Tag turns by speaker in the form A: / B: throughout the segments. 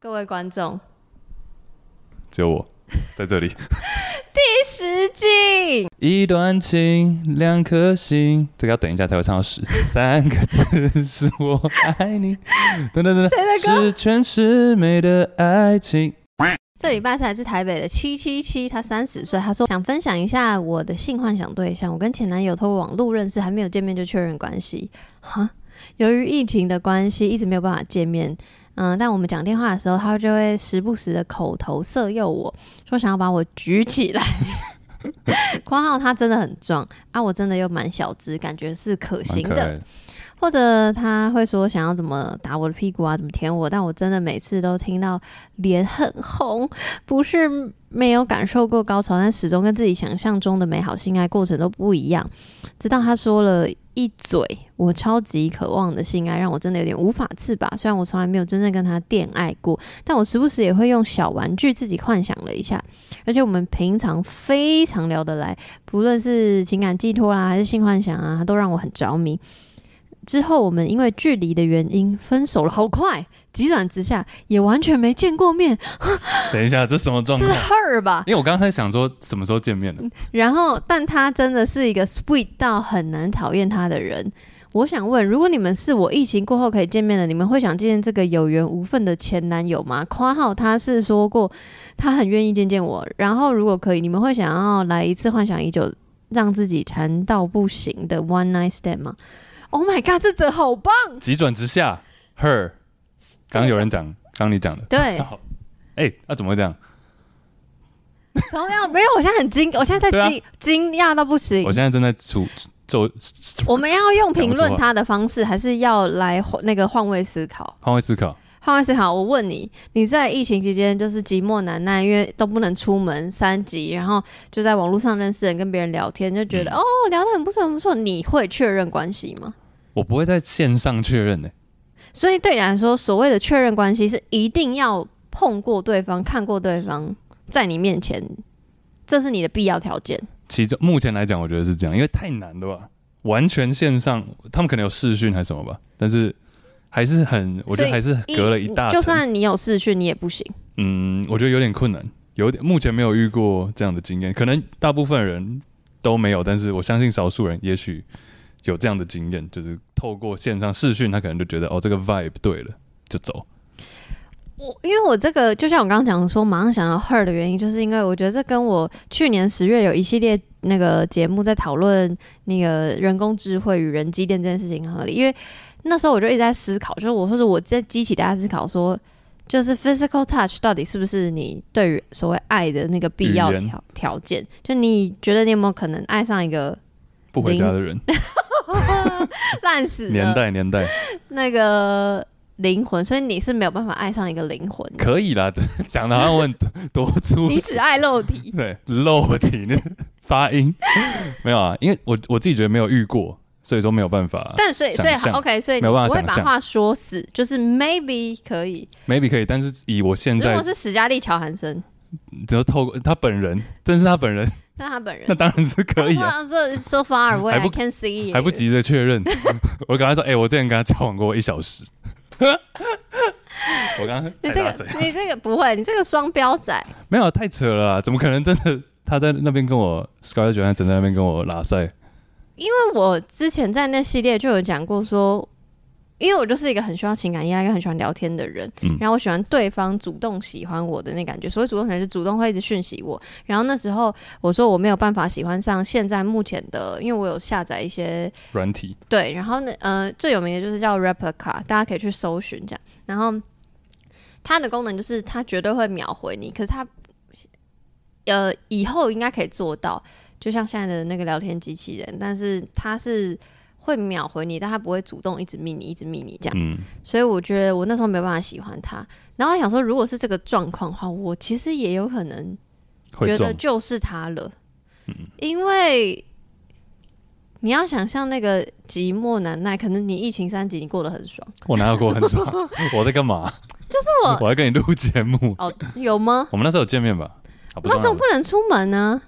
A: 各位观众，
B: 只有我在这里。
A: 第十季
B: 一段情，两颗心，这个要等一下才会唱到 十。三个字是我爱你，等等等等，
A: 谁的歌
B: 十全十美的爱情。
A: 这礼拜是来自台北的七七七，她三十岁，她说想分享一下我的性幻想对象，我跟前男友透过网络认识，还没有见面就确认关系。哈，由于疫情的关系，一直没有办法见面。嗯，但我们讲电话的时候，他就会时不时的口头色诱我，说想要把我举起来。 （括号他真的很壮啊，我真的又蛮小只，感觉是可
B: 蛮
A: 行
B: 可
A: 的
B: 爱。的，
A: 或者他会说想要怎么打我的屁股啊，怎么舔我，但我真的每次都听到脸很红，不是没有感受过高潮，但始终跟自己想象中的美好性爱过程都不一样。直到他说了一嘴我超级渴望的性爱，让我真的有点无法自拔。虽然我从来没有真正跟他恋爱过，但我时不时也会用小玩具自己幻想了一下，而且我们平常非常聊得来，不论是情感寄托啦，还是性幻想啊，都让我很着迷。之后我们因为距离的原因分手了，好快，急转直下，也完全没见过面，
B: 等一下，这什么状
A: 这
B: 况
A: 是？her 吧？
B: 因为我刚才想说什么时候见面呢？
A: 然后，但他真的是一个 sweet 到很难讨厌他的人。我想问，如果你们是我疫情过后可以见面的，你们会想见见这个有缘无分的前男友吗？（括号他是说过他很愿意见见我，然后如果可以，你们会想要来一次幻想已久、让自己馋到不行的 one night stand 吗？Oh my god，这则好棒！
B: 急转直下，her，刚刚有人讲，刚刚你讲的。
A: 对，
B: 好，哎，那、怎么会这样？
A: 同样 没有，我现在很惊，我现在
B: 对啊
A: 在惊、惊讶到不行
B: 我。现在正在处做
A: 我们要用评
B: 讲不出
A: 论
B: 话
A: 他的方式，还是要来那个换位思考？
B: 换位思考，
A: 换位思考，我问你，你在疫情期间就是寂寞难耐，因为都不能出门，三级，然后就在网络上认识人，跟别人聊天，就觉得、
B: 嗯
A: 哦聊得很不错，很不错。你会确认关系吗？
B: 我不会在线上确认的、
A: 所以对你来说，所谓的确认关系是一定要碰过对方、看过对方，在你面前，这是你的必要条件。
B: 其中目前来讲，我觉得是这样，因为太难了吧，完全线上，他们可能有视讯还是什么吧，但是还是很，我觉
A: 所以
B: 得还是隔了一大
A: 就
B: 层，
A: 算你有视讯，你也不行。
B: 嗯，我觉得有点困难，有点目前没有遇过这样的经验，可能大部分人都没有，但是我相信少数人也许有这样的经验，就是透过线上视讯，他可能就觉得哦，这个 vibe 对了，就走，
A: 我因为我这个就像我刚刚讲说，马上想到 her 的原因，就是因为我觉得这跟我去年十月有一系列那个节目在讨论那个人工智慧与人机恋这件事情很合理，因为那时候我就一直在思考，就是我或者我在激起大家思考说，就是 physical touch 到底是不是你对于所谓爱的那个必要
B: 语言
A: 条条件？就你觉得你有没有可能爱上一 个
B: 不回家的人，
A: 烂死
B: 年
A: 的
B: 代年代
A: 那个灵魂？所以你是没有办法爱上一个灵魂的，
B: 可以啦，讲的好像我很多多粗
A: 你只爱肉体。
B: 对，肉体 那发音没有啊，因为我我自己觉得没有遇过，所以说没有办法、
A: 但所以所以
B: 想象
A: OK，所以你
B: 没有
A: 不
B: 办
A: 会
B: 法想
A: 把
B: 象
A: 话说死，就是 maybe 可以。
B: maybe 可以，但是以我现
A: 如
B: 在
A: 果是史嘉丽·乔韩森，
B: 只要透过他本人，真是他本人，
A: 那他本人
B: 那当然是可以啊，
A: 他说 so far away
B: 还不
A: I can see，you
B: 还不。急着确认。 我刚才说，哎、我之前跟他交往过一小时， 我刚刚
A: 你
B: 太
A: 这
B: 大
A: 个
B: 声，
A: 你这个不会，你这个双标仔，
B: 没有太扯了啊，怎么可能真的？他在那边跟我 Scarlett Johansson 在那边跟我拉塞，
A: 因为我之前在那系列就有讲过说。因为我就是一个很需要情感依赖、一个很喜欢聊天的人，
B: 嗯
A: 然后我喜欢对方主动喜欢我的那感觉，所以主动可能是主动会一直讯息我。然后那时候我说我没有办法喜欢上现在目前的，因为我有下载一些
B: 软体
A: 对，然后呢，呃，最有名的就是叫 Replica，大家可以去搜寻这样。然后它的功能就是它绝对会秒回你，可是它呃以后应该可以做到，就像现在的那个聊天机器人，但是它是会秒回你，但它不会主动一直密你，一直密你这样。
B: 嗯，
A: 所以我觉得我那时候没办法喜欢它。然后想说，如果是这个状况的话，我其实也有可能
B: 会
A: 觉
B: 中嗯
A: 得，就是他了，因为你要想象那个寂寞难耐，可能你疫情三级你过得很爽，
B: 我哪有过很 爽？我在干嘛？就是
A: 我
B: 我在跟你录节目，
A: 哦，有吗？
B: 我们那时候有见面吧？啊、不
A: 那时候
B: 算啊
A: 不能出门呢、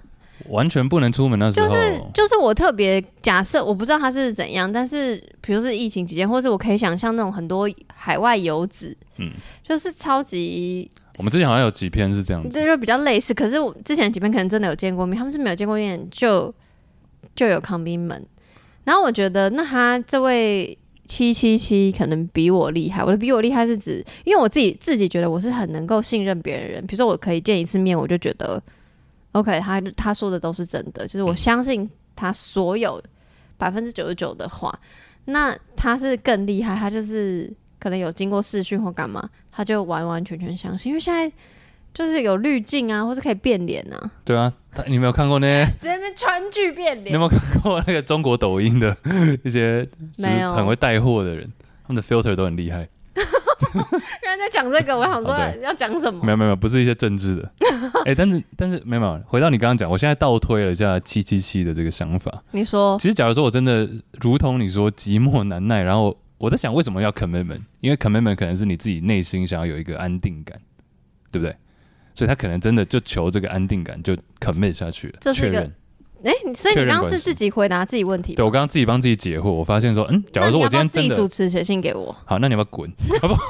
B: 完全不能出门那时
A: 就
B: 候，
A: 是就是我特别假设，我不知道他是怎样，但是比如是疫情期间，或是我可以想象那种很多海外游子，
B: 嗯
A: 就是超级
B: 我们之前好像有几篇是这样子，
A: 这就比较类似。可是我之前几篇可能真的有见过面，他们是没有见过面就就有康宾们。然后我觉得，那他这位七七七可能比我厉害。我的比我厉害是指，因为我自己自己觉得我是很能够信任别人的人。比如说，我可以见一次面，我就觉得 OK，他他说的都是真的，就是我相信他所有百分之九十九的话。那他是更厉害，他就是可能有经过试训或干嘛，他就完完全全相信。因为现在就是有滤镜啊，或是可以变脸啊，
B: 对啊，他你没有看过 呢？
A: 直接变川剧变
B: 你
A: 脸
B: 有没。有看过那个中国抖音的 一些就是
A: 没有
B: 很会带货的人，他们的 filter 都很厉害？
A: 居然在讲这个，我想说
B: 哦
A: 要讲什
B: 没
A: 么？
B: 有没有，没有不是一些政 治的。哎、但是但是没有没有，回到你刚刚讲，我现在倒推了一下七七七的这个想法。
A: 你说
B: 其实假如说我真的如同你说寂寞难耐，然后我在想为什么要 commitment，因为 commitment 可能是你自己内心想要有一个安定感，对不对？所以他可能真的就求这个安定感，就 commit 下去了，
A: 这是
B: 确
A: 一个
B: 认。
A: 哎、你所以
B: 确
A: 你
B: 认
A: 刚刚
B: 关
A: 是
B: 系
A: 自己回答自己问题吧
B: 对，我刚刚自己帮自己解惑，我发现说，嗯，假如说我
A: 那你要
B: 今
A: 不要
B: 天
A: 自
B: 真
A: 己
B: 的
A: 主持写信给我，
B: 好，那你要不要滚？ 好不好？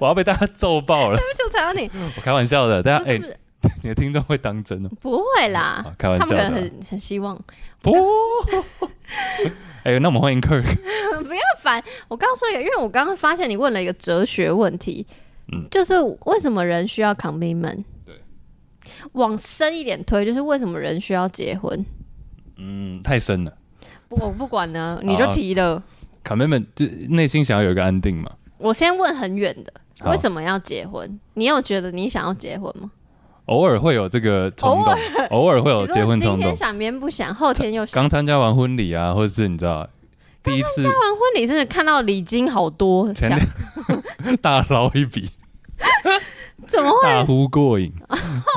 B: 我要被大家揍爆了！
A: 对不起，我踩到啊你，
B: 我开玩笑的，大家
A: 不
B: 哎、
A: 是不是
B: 你的听众会当真哦、
A: 不会啦
B: 好，开玩
A: 他
B: 笑
A: 们可
B: 的
A: 能
B: 啊。
A: 很很希望。
B: 不， 哎、那我们欢迎 Kirk。
A: 不要烦。我刚刚说一个，因为我刚刚发现你问了一个哲学问题，
B: 嗯
A: 就是为什么人需要 commitment？
B: 对，
A: 往深一点推，就是为什么人需要结婚？
B: 嗯，太深了
A: 不我不管呢，你
B: 啊
A: 就提了。
B: ，commitment 就内心想要有一个安定嘛。
A: 我先问很远的，
B: 好
A: 为什么要结婚？你有觉得你想要结婚吗？
B: 偶尔会有这个冲
A: 偶
B: 动，偶尔会有
A: 你
B: 结
A: 说
B: 婚
A: 今
B: 冲
A: 天
B: 动。
A: 想，明天不想，后天又想。
B: 刚参加完婚礼啊，或者是你知道第一次
A: 办婚礼真的看到礼金好多，
B: 前
A: 想
B: 大捞一笔，
A: 怎么会
B: 大呼过瘾，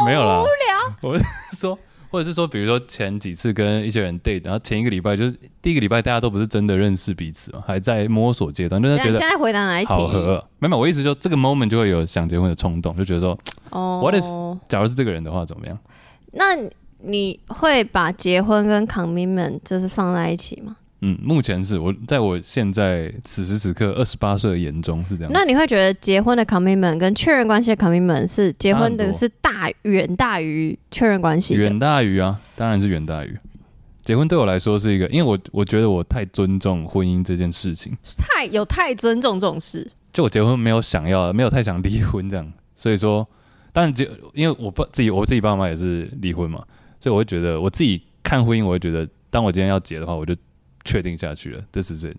B: 没有啦，无聊。我是说，或者是说，比如说前几次跟一些人 date，然后前一个礼拜就是第一个礼拜，大家都不是真的认识彼此嘛，还在摸索阶段，就
A: 这
B: 是
A: 样？
B: 觉
A: 你现
B: 得
A: 在回答哪一题？
B: 好合啊。没有，我意思就这个 moment 就会有想结婚的冲动，就觉得说，
A: 哦
B: What if- 假如是这个人的话，怎么样？
A: 那你会把结婚跟 commitment 就是放在一起吗？
B: 嗯，目前是我在我现在此时此刻二十八岁的眼中是这样子。
A: 那你会觉得结婚的 commitment 跟确认关系的 commitment 是结婚
B: 差
A: 的
B: 很多
A: 是大远大于确认关系的
B: 远？大于啊，当然是远大于。结婚对我来说是一个，因为我我觉得我太尊重婚姻这件事情。
A: 太有太尊重这种事，
B: 就我结婚没有想要，没有太想离婚这样，所以说，当然结，因为我爸自己我自己爸妈也是离婚嘛，所以我会觉得我自己看婚姻，我会觉得，当我今天要结的话，我就确定下去了，this is it。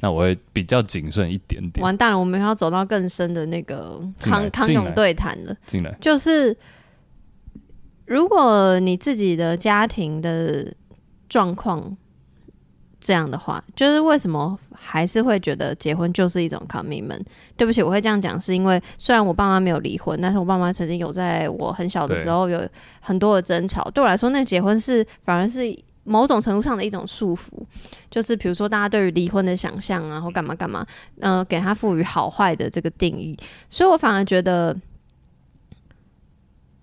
B: 那我会比较谨慎一点点
A: 完蛋了，我们要走到更深的那个
B: 进来
A: 康康
B: 进来
A: 永对谈了。
B: 进来，
A: 就是如果你自己的家庭的状况这样的话，就是为什么还是会觉得结婚就是一种 commitment？对不起，我会这样讲，是因为虽然我爸妈没有离婚，但是我爸妈曾经有在我很小的时候有很多的争吵。对我来说，那结婚是反而是某种程度上的一种束缚，就是比如说大家对于离婚的想象啊，或干嘛干嘛，呃，给它赋予好坏的这个定义。所以我反而觉得，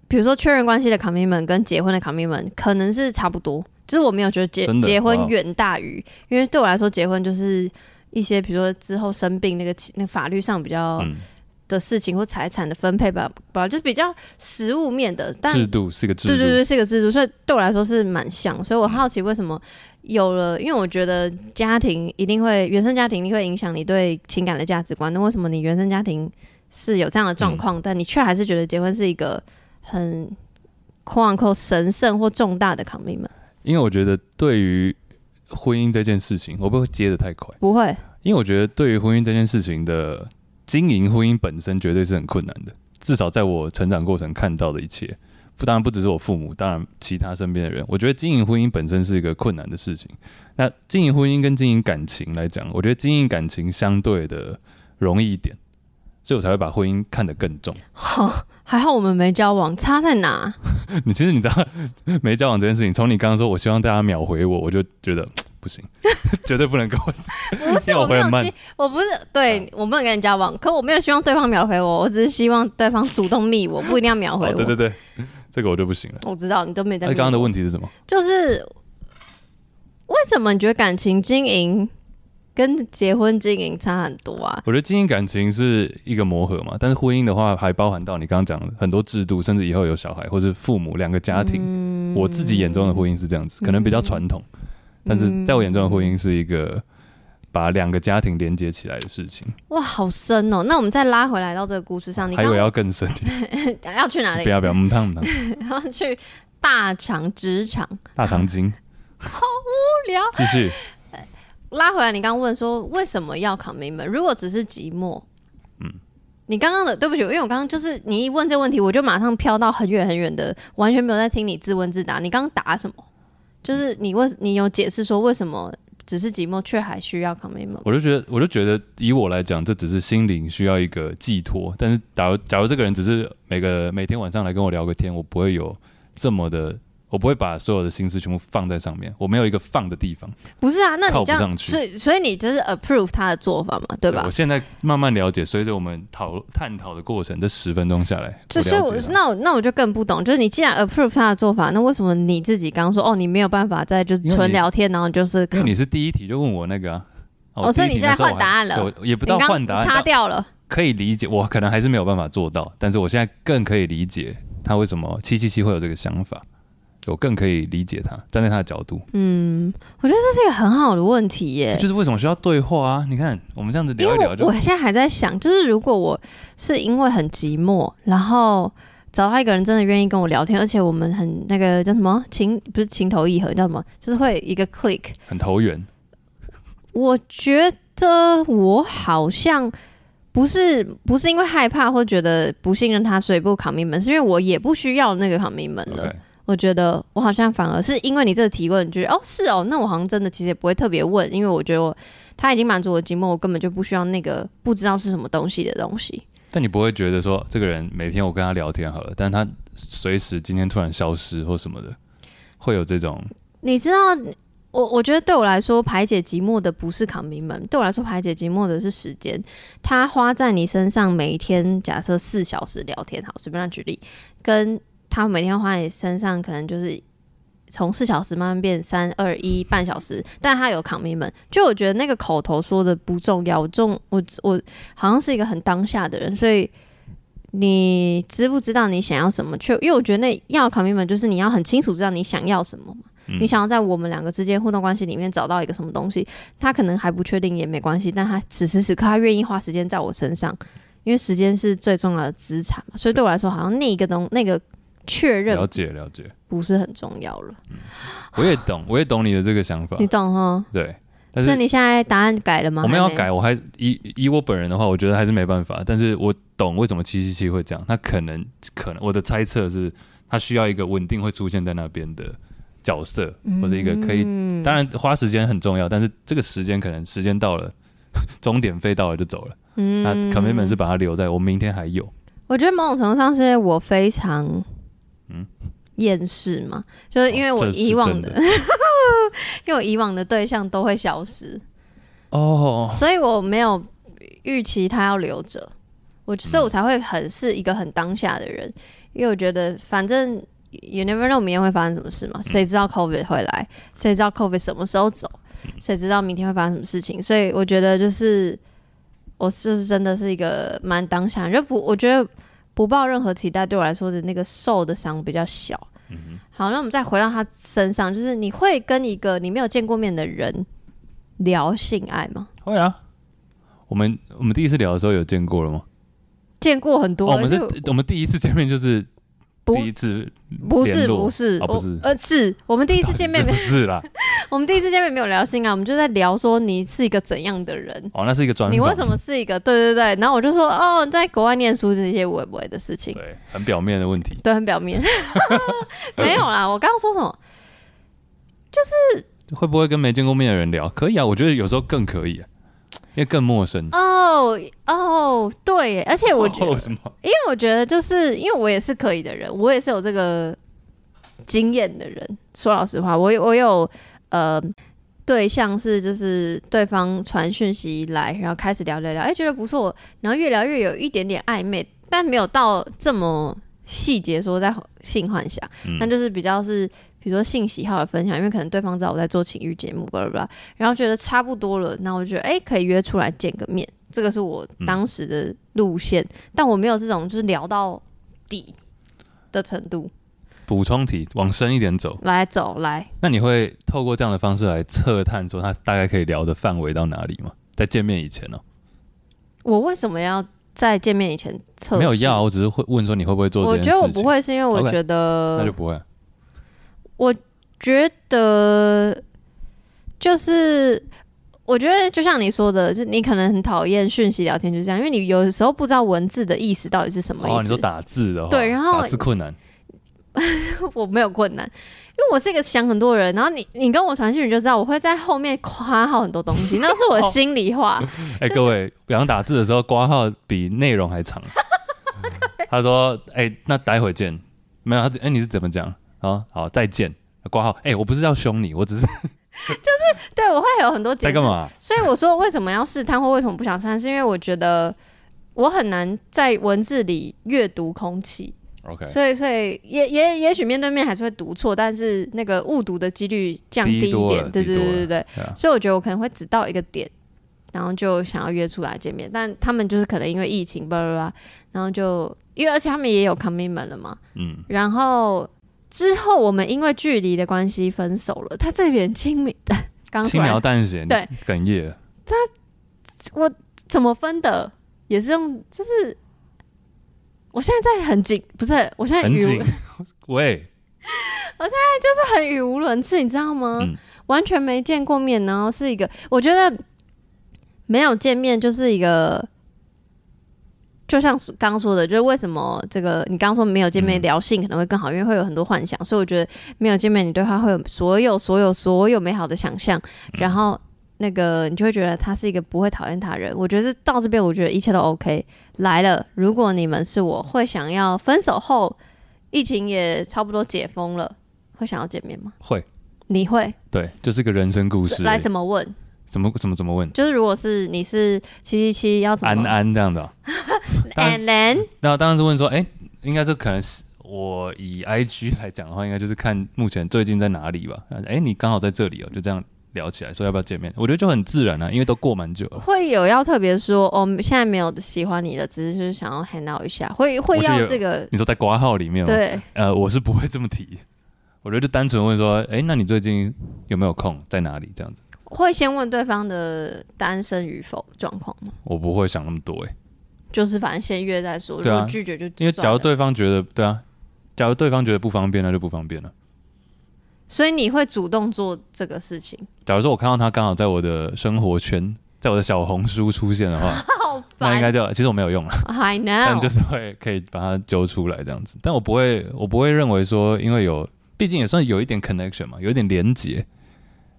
A: 比如说确认关系的 commitment 跟结婚的 commitment 可能是差不多，就是我没有觉得结
B: 真的
A: 结
B: 哇
A: 婚
B: 哦
A: 远大于，因为对我来说结婚就是一些比如说之后生病那个那个法律上比较
B: 嗯，
A: 的事情或财产的分配吧，吧就是比较实物面的，但
B: 制度是个制度，嗯
A: 对对对，是个制度，所以对我来说是蛮像。所以我好奇为什么有了，因为我觉得家庭一定会原生家庭一定会影响你对情感的价值观。那为什么你原生家庭是有这样的
B: 嗯
A: 状况，但你却还是觉得结婚是一个很括号神圣或重大的 commitment？
B: 因为我觉得对于婚姻这件事情，我不会接的太快。
A: 不会，
B: 因为我觉得对于婚姻这件事情的经营，婚姻本身绝对是很困难的。至少在我成长过程看到的一切，不当然不只是我父母，当然其他身边的人，我觉得经营婚姻本身是一个困难的事情。那经营婚姻跟经营感情来讲，我觉得经营感情相对的容易一点，所以我才会把婚姻看得更重。
A: 好，还好我们没交往，差在 哪？
B: 你其实你知道没交往这件事情，从你刚刚说我希望大家秒回我，我就觉得不行， 绝对不能跟我
A: 不是
B: 因为
A: 我
B: 我
A: 没
B: 回
A: 有
B: 很慢嗯
A: 希，我不是对我不能跟人交往，可我没有希望对方秒回我，我只是希望对方主动密我，不一定要秒回
B: 哦，
A: 我。
B: 对对对，这个我就不行了。
A: 我知道你都没在
B: 那
A: 密我。
B: 刚刚的问题是什么？
A: 就是为什么你觉得感情经营跟结婚经营差很多啊？
B: 我觉得经营感情是一个磨合嘛，但是婚姻的话还包含到你刚刚讲的很多制度，甚至以后有小孩或是父母两个家庭。
A: 嗯
B: 我自己眼中的婚姻是这样子，可能比较传统，但是在我眼中的婚
A: 嗯
B: 姻是一个把两个家庭连接起来的事情，
A: 哇，好深哦。那我们再拉回来到这个故事上，你
B: 还
A: 刚
B: 以为
A: 刚
B: 要 更深一点。
A: 要去哪里
B: 不？要不要，我们汤我们 汤，
A: 要去大厂职场，
B: 大肠经，
A: 好无聊。
B: 继续。
A: 拉回来，你刚刚问说为什么要 commitment？如果只是寂寞，嗯
B: 嗯，
A: 你刚刚的对不起，因为我刚刚就是你一问这问题，我就马上飘到很远很远的，完全没有在听你自问自答。你刚刚答什么？就是你为你有解释说为什么只是寂寞却还需要 commitment？
B: 我就觉得，我就觉得，以我来讲，这只是心灵需要一个寄托。但是，假如假如这个人只是每个每天晚上来跟我聊个天，我不会有这么的，我不会把所有的心思全部放在上面，我没有一个放的地方，
A: 不是啊，那你这
B: 靠不上
A: 样，
B: 去
A: 所以所以你这是 approve 他的做法嘛，对吧
B: 我？现在慢慢了解，随着我们讨探讨的过程，这十分钟下来，
A: 就所以
B: 我
A: 我
B: 了解了
A: 那我那我就更不懂，就是你既然 approve 他的做法，那为什么你自己刚刚说哦，你没有办法再就是
B: 因为
A: 纯
B: 你
A: 聊天，然后就是
B: 因为你是第一题就问我那个啊，
A: 哦所以你现在换答案了，
B: 我第一题那时候还对我也不
A: 你
B: 到
A: 刚
B: 换答案，
A: 擦掉了。
B: 可以理解，我可能还是没有办法做到，但是我现在更可以理解他为什么七七七会有这个想法，我更可以理解他，站在他的角度，
A: 嗯，我觉得这是一个很好的问题
B: 这
A: 耶，
B: 就是为什么需要对话啊！你看，我们这样子
A: 因
B: 聊
A: 为
B: 一聊
A: 我
B: 就
A: 我现在还在想，就是如果我是因为很寂寞，然后找到一个人真的愿意跟我聊天，而且我们很那个叫什么情，不是情投意合，叫什么，就是会一个 click。
B: 很投缘，
A: 我觉得我好像。不是不是因为害怕或觉得不信任他，所以不 commitment，是因为我也不需要那个 commitment 了。
B: OK，
A: 我觉得我好像反而是因为你这个提问，你觉得哦是哦，那我好像真的其实也不会特别问，因为我觉得我他已经满足我寂寞，我根本就不需要那个不知道是什么东西的东西。
B: 但你不会觉得说这个人每天我跟他聊天好了，但他随时今天突然消失或什么的，会有这种
A: 你知道，我我觉得对我来说排解寂寞的不是 commitment，对我来说排解寂寞的是时间。他花在你身上每一天，假设四小时聊天，好，随便乱举例，跟他每天花在你身上，可能就是从四小时慢慢变三二一半小时，但他有 commitment。就我觉得那个口头说的不重要，我重我我好像是一个很当下的人，所以。你知不知道你想要什么？却因为我觉得那要 commitment 就是你要很清楚知道你想要什么嘛。
B: 嗯
A: 你想要在我们两个之间互动关系里面找到一个什么东西，他可能还不确定也没关系，但他此时此刻他愿意花时间在我身上，因为时间是最重要的资产嘛。所以对我来说，好像那一个东那个确
B: 了
A: 认
B: 解了解。
A: 不是很重要了。
B: 我也懂，我也懂你的这个想法
A: 你，懂哈？
B: 对。但
A: 所
B: 是
A: 以你现在答案改了吗？
B: 我们要
A: 还没
B: 改，我还以以我本人的话，我觉得还是没办法。但是我懂为什么七七七会这样，他可能可能我的猜测是，他需要一个稳定会出现在那边的角色，或者一个可以，
A: 嗯
B: 当然花时间很重要，但是这个时间可能时间到了，终点费到了就走了。
A: 嗯
B: 那 commitment 是把它留在我明天还有，
A: 我觉得某种程度上是因为我非常嗯厌世嘛，就是因为我
B: 这是
A: 以往
B: 真
A: 的，
B: 的
A: 因为我以往的对象都会消失，
B: 哦，
A: 所以我没有预期他要留着，我所以我才会很是一个很当下的人，因为我觉得反正 you never know 明天会发生什么事嘛，谁知道 COVID 会来，谁知道 COVID 什么时候走，谁知道明天会发生什么事情，所以我觉得就是我就是真的是一个蛮当下的人，就不我觉得不抱任何期待对我来说的那个受的伤比较小。好，那我们再回到他身上，就是你会跟一个你没有见过面的人聊性爱吗？
B: 会啊。我们我们第一次聊的时候有见过了吗？
A: 见过很多，
B: 哦，我们是
A: 就
B: 我们第一次见面就是
A: 不
B: 第一次
A: 不是
B: 联络
A: 不是
B: 哦
A: 我
B: 不是
A: 呃是我们第一次见面
B: 是
A: 没
B: 不是啦？
A: 我们第一次见面没有聊性啊，我们就在聊说你是一个怎样的人，
B: 哦，那是一个专访。
A: 你为什么是一个对对对，然后我就说哦在国外念书这些我也不会的事情，
B: 对，很表面的问题，
A: 对很表 面，没有啦，我刚刚说什么？
B: 会不会跟没见过面的人聊？可以啊，我觉得有时候更可以、啊，因为更陌生。
A: 哦哦对耶，而且我觉得、
B: 哦什么？
A: 因为我觉得就是因为我也是可以的人，我也是有这个经验的人。说老实话，我有我有呃对象是就是对方传讯息来，然后开始聊聊聊，哎、觉得不错，然后越聊越有一点点暧昧，但没有到这么细节说在性幻想，
B: 嗯
A: 那就是比较是比如说性喜好的分享，因为可能对方知道我在做情欲节目，巴拉巴拉，然后觉得差不多了，那我就觉得哎、诶可以约出来见个面，这个是我当时的路线，但我没有这种就是聊到底的程度，
B: 补充题往深一点走，
A: 来走来，
B: 那你会透过这样的方式来测探说他大概可以聊的范围到哪里吗？在见面以前哦、
A: 我为什么要在见面以前测试？
B: 没有要，，我只是会问说你会不会做
A: 我
B: 这件
A: 觉
B: 事
A: 得
B: 情。
A: 我不，会，是因为我
B: OK，
A: 觉得
B: 那就不会。
A: 觉得就是。我觉得就像你说的，就你可能很讨厌讯息聊天，就是这样，因为你有的时候不知道文字的意思到底是什么意
B: 哦，你
A: 思。
B: 说打字的话，
A: 对然后
B: 打字困难，
A: 我没有困难，因为我是一个想很多人。然后你你跟我传讯，你就知道我会在后面夸号很多东西，那是我的心里 话。
B: 哎、各位，表扬打字的时候，挂号比内容还 长。他说：“哎、那待会见。”没有，他只哎、你是怎么讲？好好，再见。挂号。哎、我不是要凶你，我只是
A: 对，我会有很多解
B: 在
A: 释
B: 干。嘛？
A: 所以我说为什么要试探或为什么不想试探，是因为我觉得我很难在文字里阅读空气，
B: OK，
A: 所以所以也也也许面对面还是会读错，但是那个误读的几率降低
B: 低
A: 一
B: 多
A: 点。
B: 了
A: 对
B: 低
A: 对
B: 多
A: 对对
B: 了
A: 对，
B: 对啊
A: 所以我觉得我可能会只到一个点，然后就想要约出来见面，但他们就是可能因为疫情，巴拉巴拉，然后就因为而且他们也有 commitment 了嘛，
B: 嗯，
A: 然后之后我们因为距离的关系分手了。他这点轻描， 刚出
B: 轻
A: 来
B: 描淡写，
A: 对，
B: 哽咽了。
A: 我怎么分的？也是用，就是我现在在很紧，不是，我现在
B: 很
A: 语无
B: 紧。喂，
A: 这很语无伦次，你知道吗？
B: 嗯
A: 完全没见过面，然后是一个，我觉得没有见面就是一个，就像是刚刚说的，就是为什么这个你刚刚说没有见面
B: 嗯
A: 聊性可能会更好，因为会有很多幻想，所以我觉得没有见面，你对他会有所有所有所有美好的想
B: 嗯
A: 象，然后。那个你就会觉得他是一个不会讨厌他的人，我觉得是到这边，我觉得一切都 OK。来了，如果你们是我会想要分手后，疫情也差不多解封了，会想要见面吗？
B: 会，
A: 你会
B: 对，就是个人生故事。
A: 来怎么问？
B: 怎么怎么怎么问？
A: 就是如果是你是七七七，要怎
B: 安
A: 么
B: 安这样 的哦、当然
A: ？And then
B: 那当然是问说，哎、应该是可能是我以 IG 来讲的话，应该就是看目前最近在哪里吧。哎、你刚好在这里哦，就这样聊起来，说要不要见面？我觉得就很自然啊，因为都过蛮久了。
A: 会有要特别说，哦，现在没有喜欢你的，只是就是想要 hang out 一下，会会
B: 我觉得
A: 要
B: 有
A: 这个
B: 你说在挂号里面吗？
A: 对，
B: 呃，我是不会这么提，我觉得就单纯问说，哎、那你最近有没有空，在哪里？这样子，
A: 会先问对方的单身与否状况吗？
B: 我不会想那么多、哎，
A: 就是反正先约再说，如
B: 对啊
A: 果拒绝就
B: 因为
A: 算
B: 假如
A: 了
B: 对方觉得，对啊，假如对方觉得不方便，那就不方便了。啊
A: 所以你会主动做这个事情，
B: 假如说我看到他刚好在我的生活圈，在我的小红书出现的话，
A: 好
B: 那应
A: 烦
B: 该就其实我没有用了。
A: ，I
B: 但
A: know，
B: 就是会可以把它揪出来这样子。但我不会，我不会认为说，因为有，毕竟也算有一点 connection 嘛，有一点连结，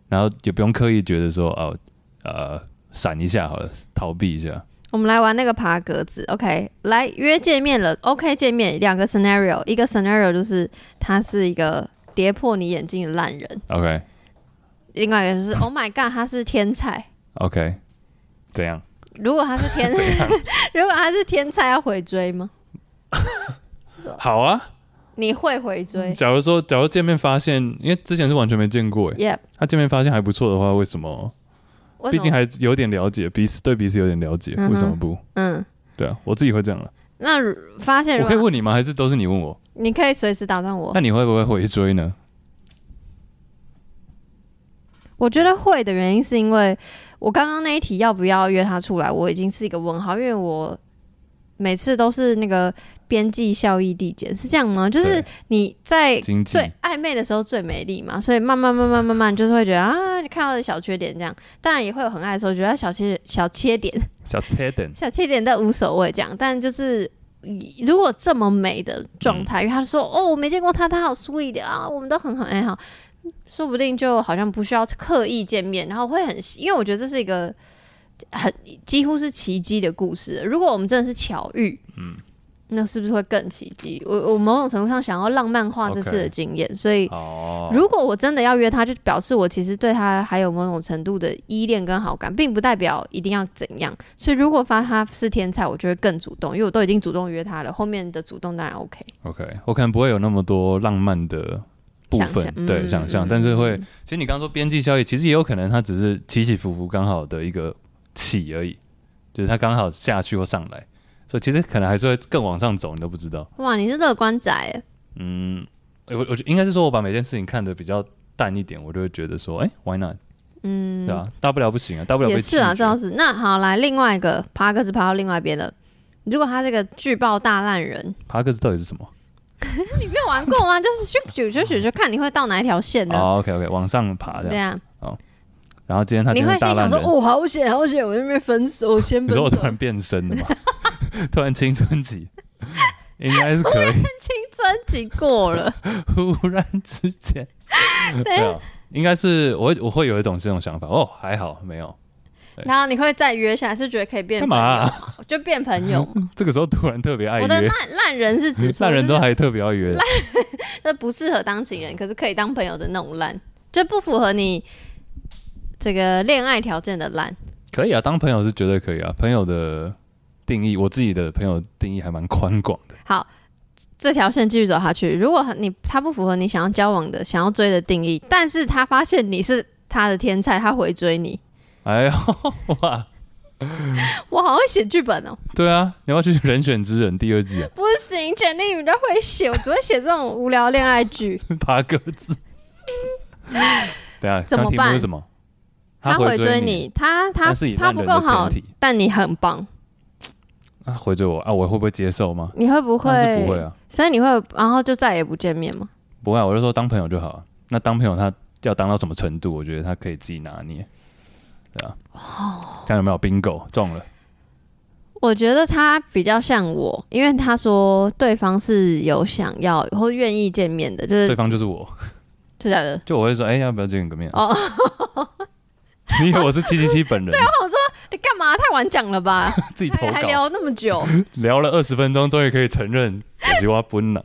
B: 然后也不用刻意觉得说，哦，呃，闪一下好了，逃避一下。
A: 我们来玩那个爬格子，OK，来约见面了，OK 见面，两个 scenario，一个 scenario 就是他是一个跌破你眼镜的烂人，
B: OK
A: 另外一个就是 Oh my God，他是天才。
B: OK，怎样？
A: 如果他是天 才， 如果他是天才，要回追吗？
B: 好啊。
A: 你会回追
B: 假如说，假如见面发现，因为之前是完全没见过，诶，
A: ？Yep，
B: 他见面发现还不错的话，为什么？
A: 为
B: 毕
A: 什
B: 竟
A: 么？
B: 还有点了解彼此，对彼此有点了解，
A: 嗯哼
B: 为什么不？
A: 嗯，
B: 对啊，我自己会这样了。
A: 那如发现
B: 我
A: 如
B: 可以
A: 果
B: 问你吗？还是都是你问我？
A: 你可以随时打啊断我
B: 那，你会不会回追呢？
A: 我觉得会的原因是因为我刚刚那一题要不要约他出来，我已经是一个问号，因为我每次都是那个边际效益递减，是这样吗？就是
B: 对
A: 你在
B: 经济
A: 最暧昧的时候最美丽嘛，所以慢慢慢慢慢慢就是会觉得啊，你看到的小缺点这样，当然也会有很爱的时候，觉得小缺小缺点
B: 小 t e d e n
A: 小缺点都无所谓这样，但就是。如果这么美的状态，因为他说哦，我没见过他，他好 sweet 啊，我们都很很很好，说不定就好像不需要刻意见面，然后会很，因为我觉得这是一个很几乎是奇迹的故事。如果我们真的是巧遇，嗯，那是不是会更奇迹？我我某种程度上想要浪漫化这次的
B: OK
A: 经验所以
B: 哦，
A: 如果我真的要约他，就表示我其实对他还有某种程度的依恋跟好感，并不代表一定要怎样。所以如果发他是天才，我就会更主动，因为我都已经主动约他了，后面的主动当然 OK。
B: OK，我可能不会有那么多浪漫的部
A: 想
B: 分，
A: 象嗯
B: 对想象，但是会，其实你刚刚说边际效益，其实也有可能它只是起起伏伏刚好的一个起而已，就是它刚好下去或上来，所以其实可能还是会更往上走，你都不知道。
A: 哇，你是乐观仔耶，
B: 嗯，我我觉应该是说我把每件事情看得比较淡一点，我就会觉得说，哎、w h y not？
A: 嗯
B: 对，吧、大不了不行啊，大不了被
A: 也是啊，
B: 弃
A: 这
B: 绝
A: 倒是。那好，来另外一个爬格子爬到另外一边了。如果他这个巨爆大烂人，
B: 爬格子到底是什么？
A: 你没有玩过吗？就是咻咻咻咻咻，看你会到哪一条线呢？
B: 哦、o k OK，往上爬这
A: 对
B: 样。
A: 啊，
B: 然后今天他
A: 你
B: 今
A: 会
B: 天
A: 心
B: 是大
A: 想
B: 烂
A: 说
B: 人，，
A: 哦，好险好险，我这边分手，先
B: 你
A: 分
B: 说
A: 手
B: 我。突然变身了吗？ 突然青春期，应该是可以。
A: 专辑过了，
B: 忽然之间，对啊，应该是我会我会有一种这种想法。哦，还好没有。
A: 然后你会再约下来，是觉得可以变
B: 干
A: 朋友
B: 嘛啊
A: 吗？就变朋 友嘛。
B: 这个时候突然特别爱
A: 我的
B: 约，
A: 烂烂人是指说，
B: 烂人
A: 就
B: 都
A: 是
B: 还特别要约。
A: 那不适合当情人，可是可以当朋友的那种烂，就不符合你这个恋爱条件的烂。
B: 可以啊，当朋友是绝对可以啊。朋友的定义，我自己的朋友定义还蛮宽广的。
A: 好，这条线继续走下去。如果你他不符合你想要交往的、想要追的定义，但是他发现你是他的天才，他回追你，
B: 哎呦哇，
A: 我好会写剧本哦。
B: 对啊，你要不要去《人选之人》第二季啊，
A: 不行，简历你都会写，我只会写这种无聊恋爱剧。
B: 爬格 子。等一下，
A: 怎么
B: 啊刚题目
A: 办
B: 是什么？
A: 他
B: 回
A: 追
B: 你，，
A: 他他
B: 但是以
A: 他
B: 烂
A: 不
B: 人
A: 够
B: 的
A: 好
B: 前，提，
A: 但你很棒，
B: 他回追我啊，我会不会接受吗？
A: 你会不
B: 当然是不会啊。
A: 所以你会，然后就再也不见面吗？
B: 不会、啊，我就说当朋友就好啊。那当朋友他要当到什么程度？我觉得他可以自己拿捏，对吧、
A: 哦
B: 啊？这样有没有 bingo 中了？
A: 我觉得他比较像我，因为他说对方是有想要或愿意见面的，就是
B: 对方就是我，
A: 真假的。
B: 就我会说，哎、要不要见个面？
A: 哦，
B: 你以为我是七七 七本人？
A: 你干嘛？太晚讲了吧？
B: 自己投
A: 还还
B: 稿
A: 聊那么久，
B: 聊了二十分钟，终于可以承认我是挖奔了。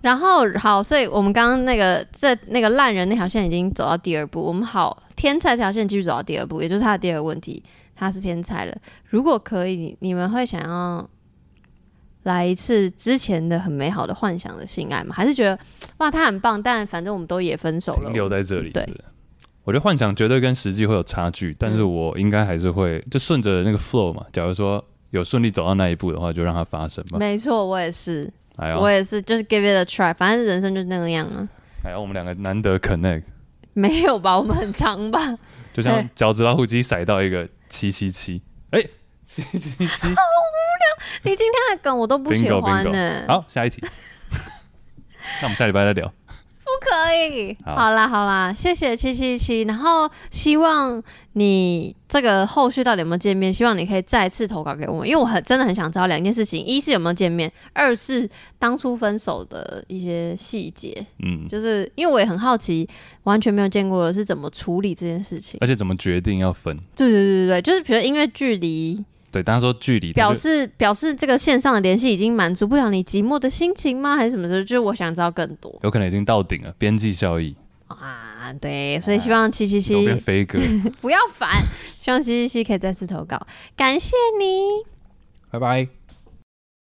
A: 然后好，所以我们刚刚那个这那个烂人那条线已经走到第二步，我们好天才这条线继续走到第二步，也就是他的第二个问题，他是天才了。如果可以，你你们会想要来一次之前的很美好的幻想的性爱吗？还是觉得 哇他很棒，但反正我们都也分手了
B: 停，留在这里。
A: 对
B: 是不是，我觉得幻想绝对跟实际会有差距，但是我应该还是会就顺着那个 flow 嘛。假如说有顺利走到那一步的话，就让它发生吧。
A: 没错，我也是，
B: 哎呀，
A: 我也是，就是 give it a try，反正人生就那个样啊。
B: 哎呀，我们两个难得 connect。
A: 没有吧？我们很长吧？
B: 就
A: 对
B: 像脚趾老虎机甩到一个七七七，哎，七七 七，
A: 你今天的梗我都不喜
B: Bingo，
A: 欢
B: bingo
A: 呢、
B: 好，下 一题。那我们下礼拜再聊，
A: 不可以。
B: 好
A: 好啦好啦，谢谢七七七。然后希望你这个后续到底有没有见面，希望你可以再次投稿给我们，因为我很真的很想知道两件事情：一是有没有见面，二是当初分手的一些细节。
B: 嗯，
A: 就是因为我也很好奇，完全没有见过的是怎么处理这件事情。
B: 而且怎么决定要分？
A: 对对对对对，就是比如因为距离
B: 对，大家说距离，
A: 表示表示这个线上的联系已经满足不了你寂寞的心情吗？还是什么时候？就是我想知道更多
B: 有可能已经到顶了，边际效益，
A: 啊。对，所以希望七七
B: 走
A: 七
B: 边飞 哥，
A: 不要烦，希望七七七可以再次投稿，感谢你。
B: 拜拜。